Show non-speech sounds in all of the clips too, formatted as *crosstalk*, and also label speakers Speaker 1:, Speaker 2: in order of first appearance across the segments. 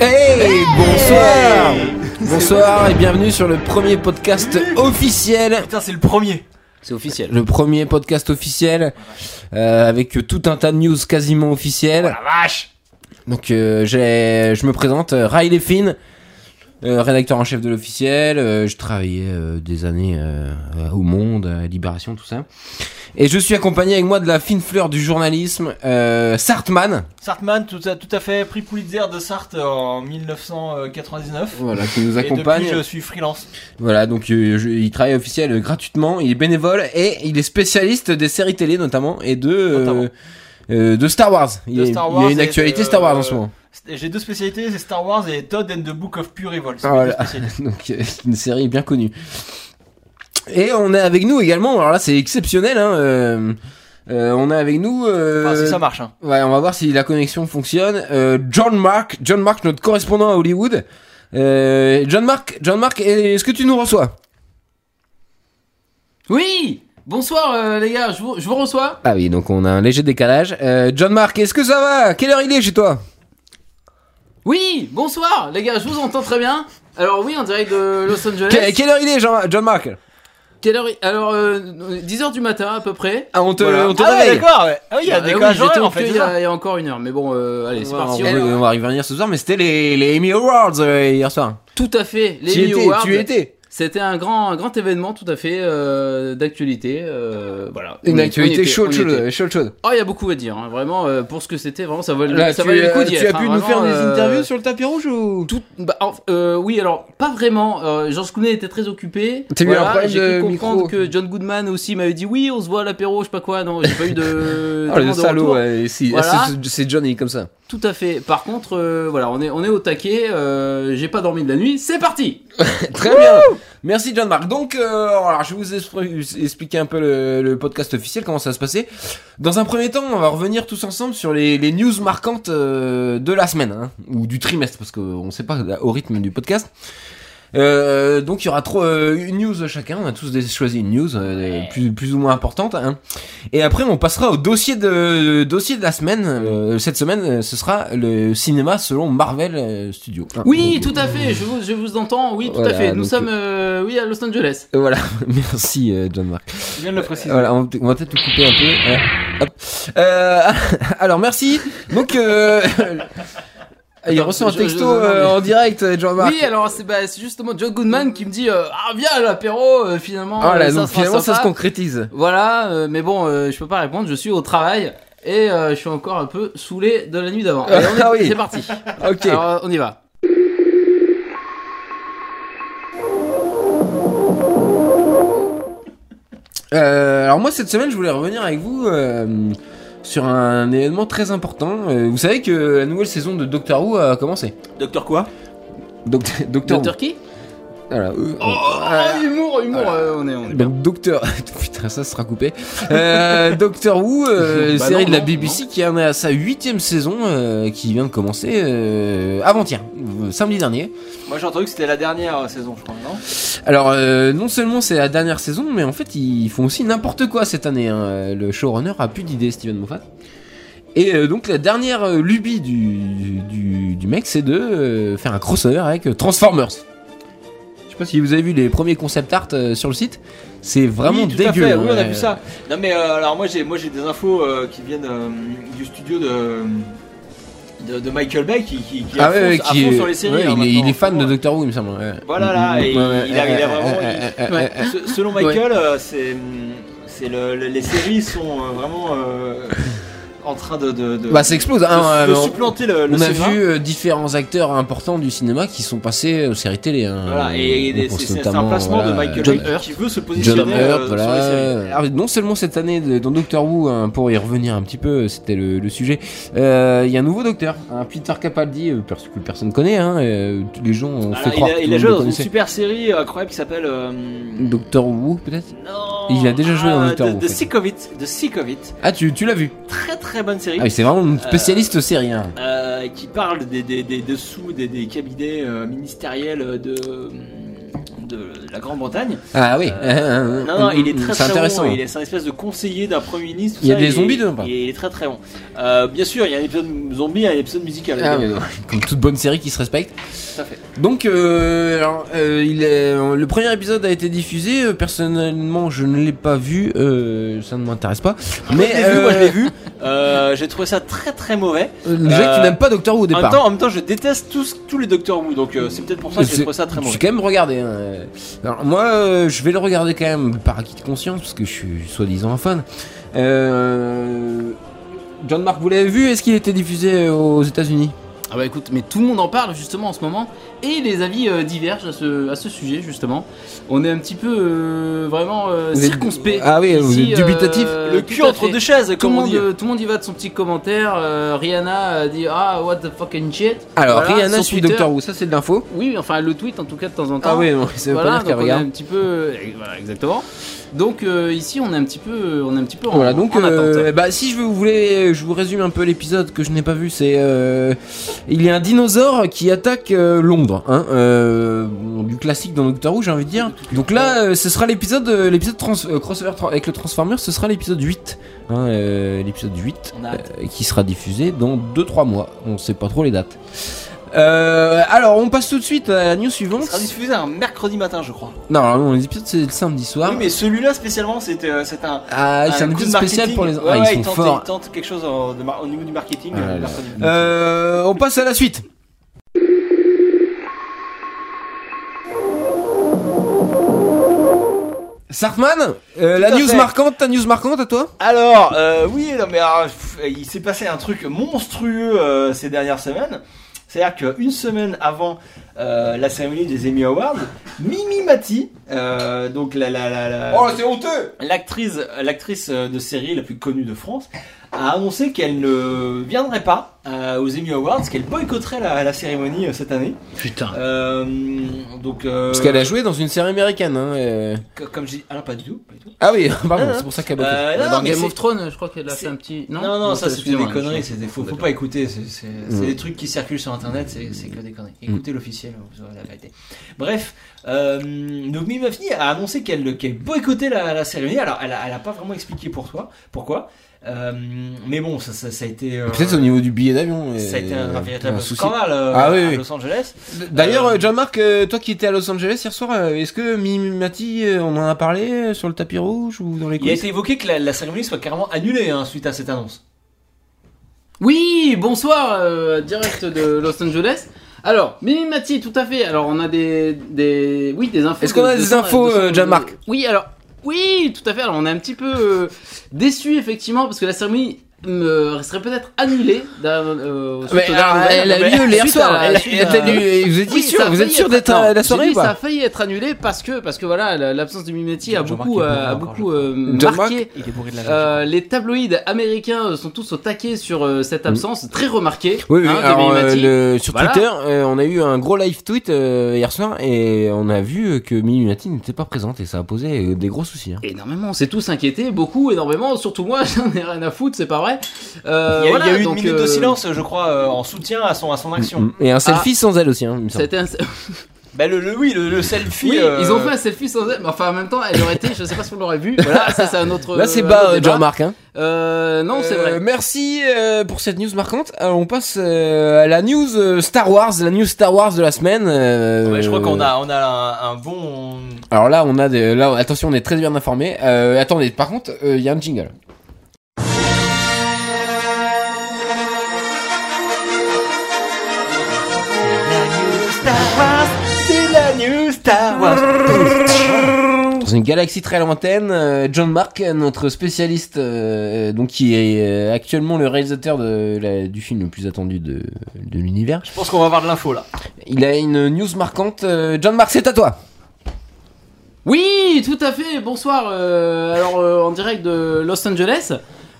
Speaker 1: Hey, bonsoir Bonsoir et bienvenue sur le premier podcast officiel.
Speaker 2: Putain, c'est le premier.
Speaker 3: C'est officiel.
Speaker 1: Le premier podcast officiel euh, avec tout un tas de news quasiment officielles.
Speaker 2: Oh vache.
Speaker 1: Donc euh, j'ai- je me présente, euh, Riley Finn, euh, rédacteur en chef de l'officiel. Euh, je travaillais euh, des années euh, euh, au Monde, à Libération, tout ça. Et je suis accompagné avec moi de la fine fleur du journalisme, euh, Sartman.
Speaker 2: Sartman, tout à, tout à fait, prix Pulitzer de Sartre en 1999.
Speaker 1: Voilà, qui nous
Speaker 2: Et depuis,
Speaker 1: accompagne.
Speaker 2: je suis freelance.
Speaker 1: Voilà, donc euh, je- il travaille officiel euh, gratuitement, il est bénévole et il est spécialiste des séries télé notamment et de euh,
Speaker 2: Notamment.
Speaker 1: euh, de Star Wars. Il,
Speaker 2: De
Speaker 1: est-
Speaker 2: Star
Speaker 1: il
Speaker 2: Wars
Speaker 1: a une
Speaker 2: et
Speaker 1: actualité
Speaker 2: de- euh,
Speaker 1: Star Wars en ce moment. *laughs*
Speaker 2: Et J'ai deux spécialités, c'est Star Wars et Todd and the Book of Pure Evil. C'est
Speaker 1: Ah,
Speaker 2: mes
Speaker 1: voilà.
Speaker 2: deux spécialités.
Speaker 1: Donc euh, une série bien connue. Et on est avec nous également. Alors là, c'est exceptionnel. Hein, euh, euh, on a avec nous. euh,
Speaker 2: Enfin, si ça marche. Hein.
Speaker 1: ouais, on va voir si la connexion fonctionne. Euh, John Mark, John Mark, notre correspondant à Hollywood. Euh, John Mark, John Mark, eh, est-ce que tu nous reçois
Speaker 3: Oui Bonsoir euh, les gars, je vous, je vous reçois.
Speaker 1: Ah oui, donc on a un léger décalage. Euh, John Mark, est-ce que ça va Quelle heure il est chez toi
Speaker 3: Oui Bonsoir les gars, je vous entends très bien. Alors oui, en direct de Los Angeles.
Speaker 1: Que- Quelle heure il est, Jean- John Mark
Speaker 3: Quelle heure Alors euh, 10h du matin à peu près.
Speaker 1: ah, On te,
Speaker 3: Voilà.
Speaker 1: on te
Speaker 2: ah, ouais,
Speaker 1: réveille.
Speaker 2: d'accord. ouais. Ah, oui, il y a
Speaker 3: Euh,
Speaker 2: des
Speaker 3: oui,
Speaker 2: cages
Speaker 3: j'étais
Speaker 2: horaires,
Speaker 3: au
Speaker 2: en fait.
Speaker 3: queue il
Speaker 2: c'est
Speaker 3: y,
Speaker 2: ça.
Speaker 3: a, il y a encore une heure, mais bon, euh, allez, c'est
Speaker 1: on, va,
Speaker 3: parti.
Speaker 1: on va-
Speaker 3: on-
Speaker 1: on va y revenir ce soir, mais c'était les, les Emmy Awards euh, hier soir.
Speaker 3: Tout à fait. Les
Speaker 1: tu y
Speaker 3: Emmy
Speaker 1: étais,
Speaker 3: Awards.
Speaker 1: tu y étais.
Speaker 3: C'était un grand, un grand événement tout à fait euh, d'actualité. euh, voilà.
Speaker 1: Une
Speaker 3: On y- on y
Speaker 1: actualité
Speaker 3: était, on
Speaker 1: chaude,
Speaker 3: y
Speaker 1: chaude,
Speaker 3: était.
Speaker 1: chaude, chaude.
Speaker 3: Oh, il y a beaucoup à dire, hein, vraiment. euh, pour ce que c'était, vraiment, ça valait,
Speaker 1: Là,
Speaker 3: ça
Speaker 1: tu,
Speaker 3: valait le coup
Speaker 1: euh,
Speaker 3: d'y
Speaker 1: tu as
Speaker 3: être,
Speaker 1: pu
Speaker 3: hein,
Speaker 1: nous faire
Speaker 3: vraiment,
Speaker 1: des
Speaker 3: euh,
Speaker 1: interviews sur le tapis rouge ou
Speaker 3: Tout- bah, en- euh, oui, alors pas vraiment. Euh, Georges Clooney était très occupé.
Speaker 1: T'as eu un problème
Speaker 3: j'ai
Speaker 1: de
Speaker 3: cru comprendre
Speaker 1: micro.
Speaker 3: que John Goodman aussi m'avait dit oui, on se voit à l'apéro, je sais pas quoi. Non, j'ai
Speaker 1: *laughs*
Speaker 3: pas eu de.
Speaker 1: Oh, le
Speaker 3: vraiment de retour.
Speaker 1: salaud, ouais, si,
Speaker 3: Voilà.
Speaker 1: c'est- c'est John, il est comme ça.
Speaker 3: Tout à fait. Par contre, euh, voilà, on est on est au taquet. euh, j'ai pas dormi de la nuit. C'est parti.
Speaker 1: Très bien. Merci John Mark. Donc, euh, alors, je vais vous espr- expliquer un peu le, le podcast officiel, comment ça va se passer. Dans un premier temps, on va revenir tous ensemble sur les, les news marquantes euh, de la semaine, hein, ou du trimestre, parce qu'on ne sait pas là, au rythme du podcast. Euh, donc il y aura trois, euh, une news chacun, on a tous des- choisi une news euh, plus, plus ou moins importante. hein. Et après on passera au dossier de, dossier de la semaine. Euh, cette semaine euh, ce sera le cinéma selon Marvel euh, Studios.
Speaker 3: Oui, tout à fait. Je vous je vous entends. Oui, tout
Speaker 1: Voilà,
Speaker 3: à fait. Nous
Speaker 1: donc-
Speaker 3: sommes euh, oui à Los Angeles.
Speaker 1: Euh, Voilà, *laughs* merci euh, John Mark.
Speaker 2: Je viens de le préciser.
Speaker 1: Voilà, on va peut- on va peut-être le couper un peu. Euh, hop. Euh, *laughs* alors merci. Donc
Speaker 3: *laughs*
Speaker 1: euh, il
Speaker 3: Attends,
Speaker 1: reçoit un
Speaker 3: je- je-
Speaker 1: texto
Speaker 3: non, non, mais-
Speaker 1: euh, en direct, John Mark.
Speaker 3: Oui, alors c'est bah, c'est justement John Goodman qui me dit euh, ah viens à l'apéro euh, finalement.
Speaker 1: voilà,
Speaker 3: euh,
Speaker 1: Ah,
Speaker 3: ça
Speaker 1: Oh donc
Speaker 3: sera
Speaker 1: finalement ça se
Speaker 3: sympa. *laughs*
Speaker 1: concrétise.
Speaker 3: Voilà, euh, mais bon, euh, je peux pas répondre, je suis au travail et euh, je suis encore un peu saoulé de la nuit d'avant. Allez, on est-
Speaker 1: Ah oui.
Speaker 3: C'est parti.
Speaker 1: Ok.
Speaker 3: Alors, euh, on y va.
Speaker 1: Euh, alors moi cette semaine je voulais revenir avec vous euh, sur un événement très important. Euh, vous savez que la nouvelle saison de Doctor Who a commencé.
Speaker 2: Docteur quoi
Speaker 1: Doct- *laughs* Doctor Who.
Speaker 3: Docteur qui
Speaker 1: Voilà. euh,
Speaker 3: Oh,
Speaker 1: voilà.
Speaker 3: humour, humour, euh, on est, on est bien.
Speaker 1: Donc Docteur, *laughs* putain ça sera coupé. Euh, *laughs* Doctor Who, euh,
Speaker 3: Bah
Speaker 1: série
Speaker 3: non,
Speaker 1: de la
Speaker 3: non,
Speaker 1: BBC qui en est à sa huitième saison, euh, qui vient de commencer euh, avant-hier, euh, samedi dernier.
Speaker 2: Moi, j'ai entendu que c'était la dernière euh, saison, je crois, non
Speaker 1: Alors euh, non seulement c'est la dernière saison, mais en fait ils font aussi n'importe quoi cette année. hein. Le showrunner a plus d'idées, Steven Moffat. Et euh, donc la dernière euh, lubie du, du, du mec, c'est de euh, faire un crossover avec euh, Transformers. Je sais pas si vous avez vu les premiers concept art euh, sur le site. C'est vraiment
Speaker 2: oui, tout
Speaker 1: dégueu. hein.
Speaker 2: À fait. Oui, on a
Speaker 1: ouais.
Speaker 2: vu ça. Non mais euh, alors moi j'ai moi j'ai des infos euh, qui viennent euh, du studio de, de de Michael Bay qui qui, qui est
Speaker 1: Ah
Speaker 2: à
Speaker 1: ouais,
Speaker 2: fond-
Speaker 1: ouais,
Speaker 2: à
Speaker 1: qui
Speaker 2: fond
Speaker 1: est-
Speaker 2: sur les séries.
Speaker 1: ouais,
Speaker 2: hein,
Speaker 1: il, est, il
Speaker 2: maintenant.
Speaker 1: est fan de Doctor Who, il me semble. ouais.
Speaker 2: Voilà, là, et il- il a- il a vraiment-
Speaker 1: ouais,
Speaker 3: ouais.
Speaker 1: ouais.
Speaker 2: Se- Selon Michael, euh, c'est c'est le- le- les séries sont euh, vraiment euh, en train de de, de-
Speaker 1: Bah, ça explose.
Speaker 2: de- de
Speaker 1: hein, alors,
Speaker 2: supplanter le, le
Speaker 1: on a
Speaker 2: cinéma.
Speaker 1: vu euh, différents acteurs importants du cinéma qui sont passés aux séries télé. hein.
Speaker 2: Voilà, et, et
Speaker 1: On
Speaker 2: c'est-
Speaker 1: pense
Speaker 2: c'est un
Speaker 1: notamment,
Speaker 2: placement
Speaker 1: voilà,
Speaker 2: de Michael
Speaker 1: John
Speaker 2: Bay qui veut se positionner
Speaker 1: John
Speaker 2: euh,
Speaker 1: Hurt,
Speaker 2: sur les séries.
Speaker 1: voilà. Alors, non seulement cette année de- dans Doctor Who, hein, pour y revenir un petit peu, c'était le, le sujet. euh, Il y a un nouveau docteur, hein, Peter Capaldi, euh, parce que personne connaît. Hein, euh, tous les gens ont fait
Speaker 2: Alors, Ah, il
Speaker 1: croire.
Speaker 2: a,
Speaker 1: que
Speaker 2: il
Speaker 1: tout
Speaker 2: a
Speaker 1: le
Speaker 2: joué
Speaker 1: monde
Speaker 2: dans une
Speaker 1: connaissait.
Speaker 2: super série incroyable qui s'appelle euh,
Speaker 1: Doctor Who, peut-être.
Speaker 2: Non.
Speaker 1: Il a déjà joué dans
Speaker 2: Ah,
Speaker 1: Doctor Who,
Speaker 2: The-
Speaker 1: en
Speaker 2: The
Speaker 1: fait.
Speaker 2: Sick of It. The Sick of It.
Speaker 1: Ah, tu, tu l'as vu.
Speaker 2: Très très bonne série.
Speaker 1: Ah, oui, c'est vraiment une spécialiste série. Hein.
Speaker 2: euh, qui parle des, des, des dessous des, des cabinets euh, ministériels de, de, de la Grande-Bretagne.
Speaker 1: Ah oui.
Speaker 2: Euh, non, non, il est très
Speaker 1: hum, C'est
Speaker 2: très
Speaker 1: intéressant.
Speaker 2: bon. hein. Il est, c'est un espèce de conseiller d'un premier ministre. tout
Speaker 1: Il y a
Speaker 2: ça,
Speaker 1: des
Speaker 2: est-
Speaker 1: zombies dedans, pas
Speaker 2: Il est, il est très très bon. Euh, bien sûr, il y a un épisode zombie, et un épisode musical.
Speaker 1: Ah,
Speaker 2: bien,
Speaker 1: mais, comme toute bonne série qui se respecte.
Speaker 2: tout à fait.
Speaker 1: Donc, euh, alors, euh, il est- le premier épisode a été diffusé. euh, Personnellement, je ne l'ai pas vu. euh, ça ne m'intéresse pas. Mais
Speaker 2: Mais je l'ai vu,
Speaker 1: euh,
Speaker 2: moi je l'ai vu. Euh, J'ai trouvé ça très très mauvais.
Speaker 1: euh, déjà, que tu
Speaker 2: Euh,
Speaker 1: n'aimes pas Doctor Who au
Speaker 2: En
Speaker 1: départ.
Speaker 2: même, temps, en même temps, je déteste tous, tous les Doctor Who, donc euh, c'est peut-être pour ça que j'ai
Speaker 1: C'est-
Speaker 2: trouvé ça très
Speaker 1: Je
Speaker 2: mauvais.
Speaker 1: suis quand même regardé. hein. Alors, moi, euh, je vais le regarder quand même par acquis de conscience, parce que je suis soi-disant un fan. Euh, John Mark, vous l'avez vu Est-ce qu'il était diffusé euh, aux États-Unis
Speaker 3: Ah bah écoute, mais tout le monde en parle justement en ce moment et les avis euh, divergent à ce, à ce sujet justement. On est un petit peu euh, vraiment euh,
Speaker 1: Vous êtes-
Speaker 3: circonspect. euh,
Speaker 1: Ah oui, vous êtes dubitatif
Speaker 2: Le cul entre deux chaises,
Speaker 3: tout le,
Speaker 2: comme on
Speaker 3: monde,
Speaker 2: dit.
Speaker 3: euh, tout le monde y va de son petit commentaire. euh, Rihanna euh, dit Ah, what the fucking shit.
Speaker 1: Alors,
Speaker 3: Voilà,
Speaker 1: Rihanna
Speaker 3: sur
Speaker 1: suit
Speaker 3: Twitter.
Speaker 1: Doctor Who, ça c'est de l'info.
Speaker 3: Oui, enfin, elle le tweet en tout cas de temps en temps.
Speaker 1: Ah oui, non, ça veut
Speaker 3: Voilà,
Speaker 1: pas dire
Speaker 3: donc
Speaker 1: qu'elle
Speaker 3: on est
Speaker 1: regarde.
Speaker 3: un petit peu. euh, Voilà, exactement. Donc euh, ici, on est un petit peu, on est un petit peu en,
Speaker 1: Voilà, donc,
Speaker 3: en attente.
Speaker 1: euh, bah, si je veux- vous voulez, je vous résume un peu l'épisode que je n'ai pas vu. C'est, euh, il y a un dinosaure qui attaque euh, Londres, hein, euh, bon, du classique dans Doctor Who, j'ai envie de dire. Donc là, euh, ce sera l'épisode, euh, l'épisode trans- euh, crossover tra- avec le Transformer, ce sera l'épisode 8, hein, euh, l'épisode 8
Speaker 3: On a hâte.
Speaker 1: euh, qui sera diffusé dans 2-3 mois. On sait pas trop les dates. Euh, alors, on passe tout de suite à la news suivante.
Speaker 2: Ça sera diffusé un mercredi matin, je crois.
Speaker 1: Non, alors, non, les épisodes c'est le samedi soir.
Speaker 2: Ah Oui, mais celui-là spécialement, c'était euh, c'est un.
Speaker 1: Ah, c'est un
Speaker 2: coup de
Speaker 1: épisode spécial
Speaker 2: marketing.
Speaker 1: pour les.
Speaker 2: Ouais,
Speaker 1: ah,
Speaker 2: ouais,
Speaker 1: ils
Speaker 2: il
Speaker 1: sont
Speaker 2: tente-
Speaker 1: forts.
Speaker 2: il tente quelque chose en- de mar- au niveau du marketing.
Speaker 1: Ah
Speaker 2: euh,
Speaker 1: là là.
Speaker 2: mercredi.
Speaker 1: Euh, on passe à la suite. Sartman, euh, la
Speaker 2: à
Speaker 1: news
Speaker 2: fait.
Speaker 1: marquante, ta news marquante à toi
Speaker 2: Alors, euh, oui, non, mais alors, pff, euh, il s'est passé un truc monstrueux euh, ces dernières semaines. C'est-à-dire qu'une semaine avant euh, la cérémonie des Emmy Awards, Mimi Mati, euh, donc la, la, la, la-
Speaker 1: Oh, honteux
Speaker 2: l'actrice, l'actrice euh, de série la plus connue de France, a annoncé qu'elle ne viendrait pas euh, aux Emmy Awards, qu'elle boycotterait la, la cérémonie euh, cette année.
Speaker 3: Putain.
Speaker 2: Euh, donc, euh,
Speaker 1: Parce qu'elle a joué dans une série américaine. Hein, euh.
Speaker 2: co- comme j'ai, ah non, pas du tout, pas du tout.
Speaker 1: Ah oui, *laughs* pardon,
Speaker 2: Ah,
Speaker 1: c'est pour ça qu'elle a bossé.
Speaker 2: Euh, non,
Speaker 3: Dans
Speaker 2: mais
Speaker 3: Game
Speaker 2: c'est-
Speaker 3: of Thrones, je crois qu'elle a
Speaker 2: c'est-
Speaker 3: fait un petit.
Speaker 2: Non, non, ça c'est des
Speaker 3: excusez-moi,
Speaker 2: conneries,
Speaker 3: je-
Speaker 2: c'est des- faut, faut
Speaker 3: D'accord.
Speaker 2: pas écouter, c'est c'est- c'est
Speaker 1: Mm.
Speaker 2: des trucs qui circulent sur internet, c'est c'est que des conneries. Écoutez l'officiel, vous aurez la vérité. Bref, euh, Nomi Mafni a annoncé qu'elle qu'elle boycottait la, la cérémonie, alors elle a, elle a pas vraiment expliqué pour toi, pourquoi, Euh, mais bon, ça, ça, ça a été... euh,
Speaker 1: Peut-être au niveau du billet d'avion. euh,
Speaker 2: ça a été un, un véritable
Speaker 1: souci.
Speaker 2: scandale euh,
Speaker 1: Ah oui,
Speaker 2: à
Speaker 1: oui.
Speaker 2: Los Angeles.
Speaker 1: D'ailleurs,
Speaker 2: Euh,
Speaker 1: euh, John Mark, euh, toi qui étais à Los Angeles hier soir, euh, est-ce que Mimi Mati, euh, on en a parlé euh, sur le tapis rouge ou dans les
Speaker 2: Il a
Speaker 1: coulisses
Speaker 2: été évoqué que la, la cérémonie soit carrément annulée hein, suite à cette annonce.
Speaker 3: Oui, bonsoir, euh, direct de Los Angeles. Alors, Mimi Mati, tout à fait. Alors, on a des, des, oui, des infos.
Speaker 1: Est-ce qu'on a
Speaker 3: de-
Speaker 1: des
Speaker 3: de- de-
Speaker 1: infos,
Speaker 3: de- de-
Speaker 1: euh, Jean-Marc
Speaker 3: Oui, alors, oui, tout à fait. Alors, on est un petit peu euh, déçu effectivement parce que la cérémonie euh, serait peut-être annulée. d'un- Euh,
Speaker 1: Mais
Speaker 3: suite aux
Speaker 1: alors,
Speaker 3: dernières
Speaker 1: elle a
Speaker 3: nouvelles.
Speaker 1: lieu hier
Speaker 3: Suite
Speaker 1: soir.
Speaker 3: à-
Speaker 1: Elle-
Speaker 3: suite
Speaker 1: elle
Speaker 3: à-
Speaker 1: t'a dit- Vous êtes
Speaker 3: Oui, ça
Speaker 1: sûr,
Speaker 3: a
Speaker 1: vous
Speaker 3: failli
Speaker 1: êtes sûr
Speaker 3: être-
Speaker 1: d'être
Speaker 3: attends,
Speaker 1: à la
Speaker 3: j'ai
Speaker 1: soirée
Speaker 3: dit,
Speaker 1: ou pas
Speaker 3: Ça a failli être annulé parce que, parce que voilà, la- l'absence de Mimeti a
Speaker 2: Jean-Marc
Speaker 3: beaucoup,
Speaker 2: est bourré
Speaker 3: euh, a
Speaker 2: encore,
Speaker 3: beaucoup euh,
Speaker 1: Jean-Marc
Speaker 3: marqué.
Speaker 2: Il est bourré de la
Speaker 3: Euh, les tabloïds américains euh, sont tous au taquet sur euh, cette absence très remarquée.
Speaker 1: Mm. Oui, oui,
Speaker 3: hein, de
Speaker 1: alors,
Speaker 3: Mimi
Speaker 1: euh,
Speaker 3: Mati.
Speaker 1: le- sur
Speaker 3: Voilà.
Speaker 1: Twitter, euh, on a eu un gros live tweet euh, hier soir et on a vu euh, que Mimi Mati n'était pas présente et ça a posé euh, des gros soucis. hein.
Speaker 3: Énormément, on s'est tous inquiétés, beaucoup, énormément, surtout moi, *laughs* j'en ai rien à foutre, c'est pas vrai. Euh,
Speaker 2: il y a,
Speaker 3: voilà,
Speaker 2: il y a eu une
Speaker 3: donc,
Speaker 2: minute de
Speaker 3: euh,
Speaker 2: silence, je crois, euh, en soutien à son, à son action.
Speaker 1: Mm. Et un selfie
Speaker 3: Ah.
Speaker 1: sans elle aussi, hein, il me
Speaker 3: ça a
Speaker 1: semble.
Speaker 3: été un- *laughs*
Speaker 2: Bah le, le- oui, le, le selfie.
Speaker 3: Oui,
Speaker 2: euh,
Speaker 3: ils ont fait un selfie sans elle, mais enfin en même temps, elle aurait été, je sais pas si on l'aurait vu. Voilà, ça c'est un autre.
Speaker 1: Là, c'est
Speaker 3: un
Speaker 1: bas,
Speaker 3: autre
Speaker 1: euh,
Speaker 3: débat.
Speaker 1: Jean-Marc. Hein.
Speaker 3: Euh, non, c'est
Speaker 1: Euh,
Speaker 3: vrai.
Speaker 1: Merci euh, pour cette news marquante. Alors, on passe euh, à la news euh, Star Wars, la news Star Wars de la semaine. euh,
Speaker 2: ouais, je crois qu'on a, on a un, un bon.
Speaker 1: Alors là, on a des... là, attention, on est très bien informé. Euh, attendez, par contre, euh, il y a un jingle.
Speaker 2: C'est la news Star Wars.
Speaker 1: Dans une galaxie très lointaine, euh, John Mark, notre spécialiste, euh, donc qui est euh, actuellement le réalisateur de la- du film le plus attendu de, de l'univers,
Speaker 2: Je pense qu'on va avoir de l'info là.
Speaker 1: il a une news marquante. Euh, John Mark, c'est à toi.
Speaker 3: Oui, tout à fait. Bonsoir. euh, alors, euh, en direct de Los Angeles.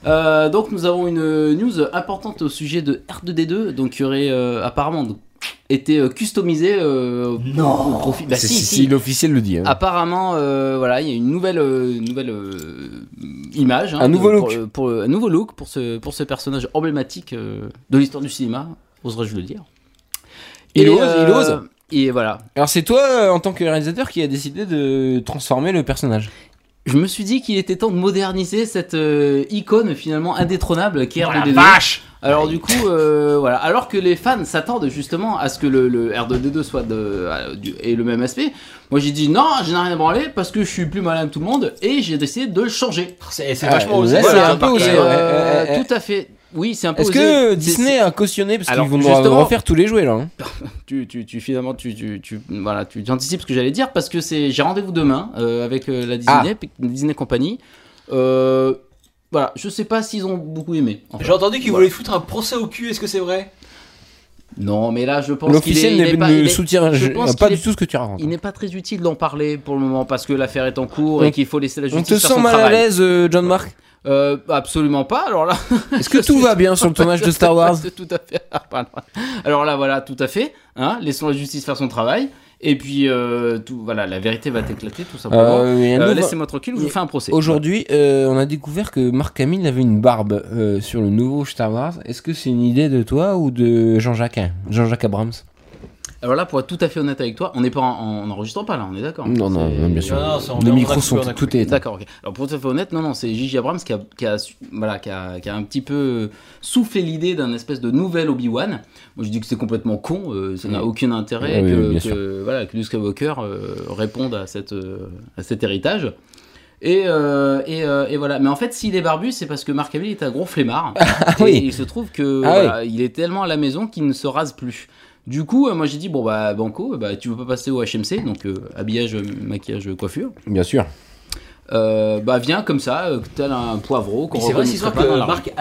Speaker 3: Euh, donc, nous avons une news importante au sujet de R2D2, donc qui aurait euh, apparemment donc, été euh, customisé euh, au profit. Bah,
Speaker 1: C'est-
Speaker 3: si,
Speaker 1: c'est-
Speaker 3: si.
Speaker 1: si l'officiel le dit. hein.
Speaker 3: Apparemment, euh, voilà, il y a une nouvelle, euh, nouvelle euh, image, hein,
Speaker 1: Un nouveau
Speaker 3: pour-
Speaker 1: look.
Speaker 3: pour, pour- un nouveau look pour ce pour ce personnage emblématique euh, de l'histoire du cinéma, oserais-je le dire.
Speaker 1: Il
Speaker 3: Et,
Speaker 1: ose, il
Speaker 3: euh,
Speaker 1: ose.
Speaker 3: Et voilà.
Speaker 1: Alors c'est toi, euh, en tant que réalisateur, qui a décidé de transformer le personnage.
Speaker 3: Je me suis dit qu'il était temps de moderniser cette euh, icône finalement indétrônable qui est
Speaker 2: Oh la
Speaker 3: R2D2.
Speaker 2: vache
Speaker 3: Alors du coup, euh, voilà. Alors que les fans s'attendent justement à ce que le, le R2D2 soit de, euh, du- ait le même aspect, moi j'ai dit non, je n'ai rien à branler parce que je suis plus malin que tout le monde et j'ai décidé de le changer.
Speaker 2: C'est c'est
Speaker 1: Ah,
Speaker 2: vachement osé. hein,
Speaker 1: ouais, c'est
Speaker 2: voilà,
Speaker 1: un
Speaker 2: par
Speaker 1: peu
Speaker 2: contre.
Speaker 1: osé,
Speaker 3: Et,
Speaker 1: ouais.
Speaker 3: euh,
Speaker 1: Eh, eh, eh.
Speaker 3: Tout à fait. Oui, c'est un peu.
Speaker 1: Est-ce
Speaker 3: osé.
Speaker 1: que
Speaker 3: C'est-
Speaker 1: Disney a cautionné parce
Speaker 3: Alors,
Speaker 1: qu'ils vont devoir
Speaker 3: justement-
Speaker 1: refaire tous les jouets là hein.
Speaker 3: tu, tu, tu finalement tu, tu, tu voilà tu tu anticipes ce que j'allais dire parce que c'est j'ai rendez-vous demain euh, avec euh, la
Speaker 1: Ah.
Speaker 3: Disney Disney Company euh, voilà je sais pas s'ils ont beaucoup aimé en fait.
Speaker 2: J'ai entendu qu'ils
Speaker 3: Voilà.
Speaker 2: voulaient foutre un procès au cul, est-ce que c'est vrai
Speaker 3: non mais là je pense qu'il
Speaker 1: L'officiel
Speaker 3: est, il
Speaker 1: ne,
Speaker 3: est pas,
Speaker 1: ne
Speaker 3: il est-
Speaker 1: soutient
Speaker 3: je
Speaker 1: je-
Speaker 3: pense
Speaker 1: pas
Speaker 3: qu'il
Speaker 1: du tout ce que tu racontes.
Speaker 3: il n'est pas très utile d'en parler pour le moment parce que l'affaire est en cours
Speaker 1: On-
Speaker 3: et qu'il faut laisser la
Speaker 1: On
Speaker 3: justice
Speaker 1: te
Speaker 3: faire
Speaker 1: sent
Speaker 3: son
Speaker 1: mal à
Speaker 3: travail.
Speaker 1: l'aise, euh, John Mark
Speaker 3: Euh, absolument pas alors là
Speaker 1: Est-ce que tout va bien sur le
Speaker 3: *laughs*
Speaker 1: tournage de Star Wars
Speaker 3: tout à fait *laughs* ah, Pardon. alors là voilà tout à fait hein, laissons la justice faire son travail et puis euh, tout voilà la vérité va t'éclater tout simplement
Speaker 1: Euh, il y a une
Speaker 3: Euh,
Speaker 1: nouvelle-
Speaker 3: Laissez-moi tranquille, je vous fais un procès.
Speaker 1: Aujourd'hui, euh, on a découvert que Marc Hamill avait une barbe euh, sur le nouveau Star Wars. Est-ce que c'est une idée de toi ou de Jean-Jacques hein, Jean-Jacques Abrams
Speaker 3: Alors là, pour être tout à fait honnête avec toi, on n'est pas en, en enregistrant pas là, on est d'accord
Speaker 1: Non, non,
Speaker 3: C'est-
Speaker 1: non, bien sûr.
Speaker 2: Non, non, ça, on
Speaker 1: les
Speaker 2: a- on a
Speaker 1: micros
Speaker 2: coupé,
Speaker 1: sont
Speaker 2: on a
Speaker 1: tout est éteint.
Speaker 3: D'accord, ok. Alors pour être tout à fait honnête, non, non, c'est J.J. Abrams qui a, qui a su- voilà, qui a, qui a un petit peu euh, soufflé l'idée d'un espèce de nouvel Obi-Wan. Moi, je dis que c'est complètement con, euh, ça n'a aucun intérêt
Speaker 1: Oui,
Speaker 3: que,
Speaker 1: oui, bien
Speaker 3: que, voilà, que Luke Skywalker euh, réponde à, cette, euh, à cet héritage. Et, euh, et, euh, et voilà. Mais en fait, s'il est barbu, c'est parce que Mark Hamill est un gros flemmard.
Speaker 1: *laughs*
Speaker 3: et
Speaker 1: Ah oui.
Speaker 3: il se trouve que
Speaker 1: Ah
Speaker 3: voilà, il est tellement à la maison qu'il ne se rase plus. Du coup, euh, moi j'ai dit bon bah Banco, bah tu veux pas passer au HMC, donc euh, habillage, maquillage, coiffure.
Speaker 1: Bien sûr.
Speaker 3: Euh, bah viens comme ça, euh, tel un poivreau qu'on
Speaker 2: Puis C'est vrai, cette
Speaker 3: reconnaîtrait
Speaker 2: histoire
Speaker 3: pas hein. dans
Speaker 2: que
Speaker 3: la rue.
Speaker 2: Marc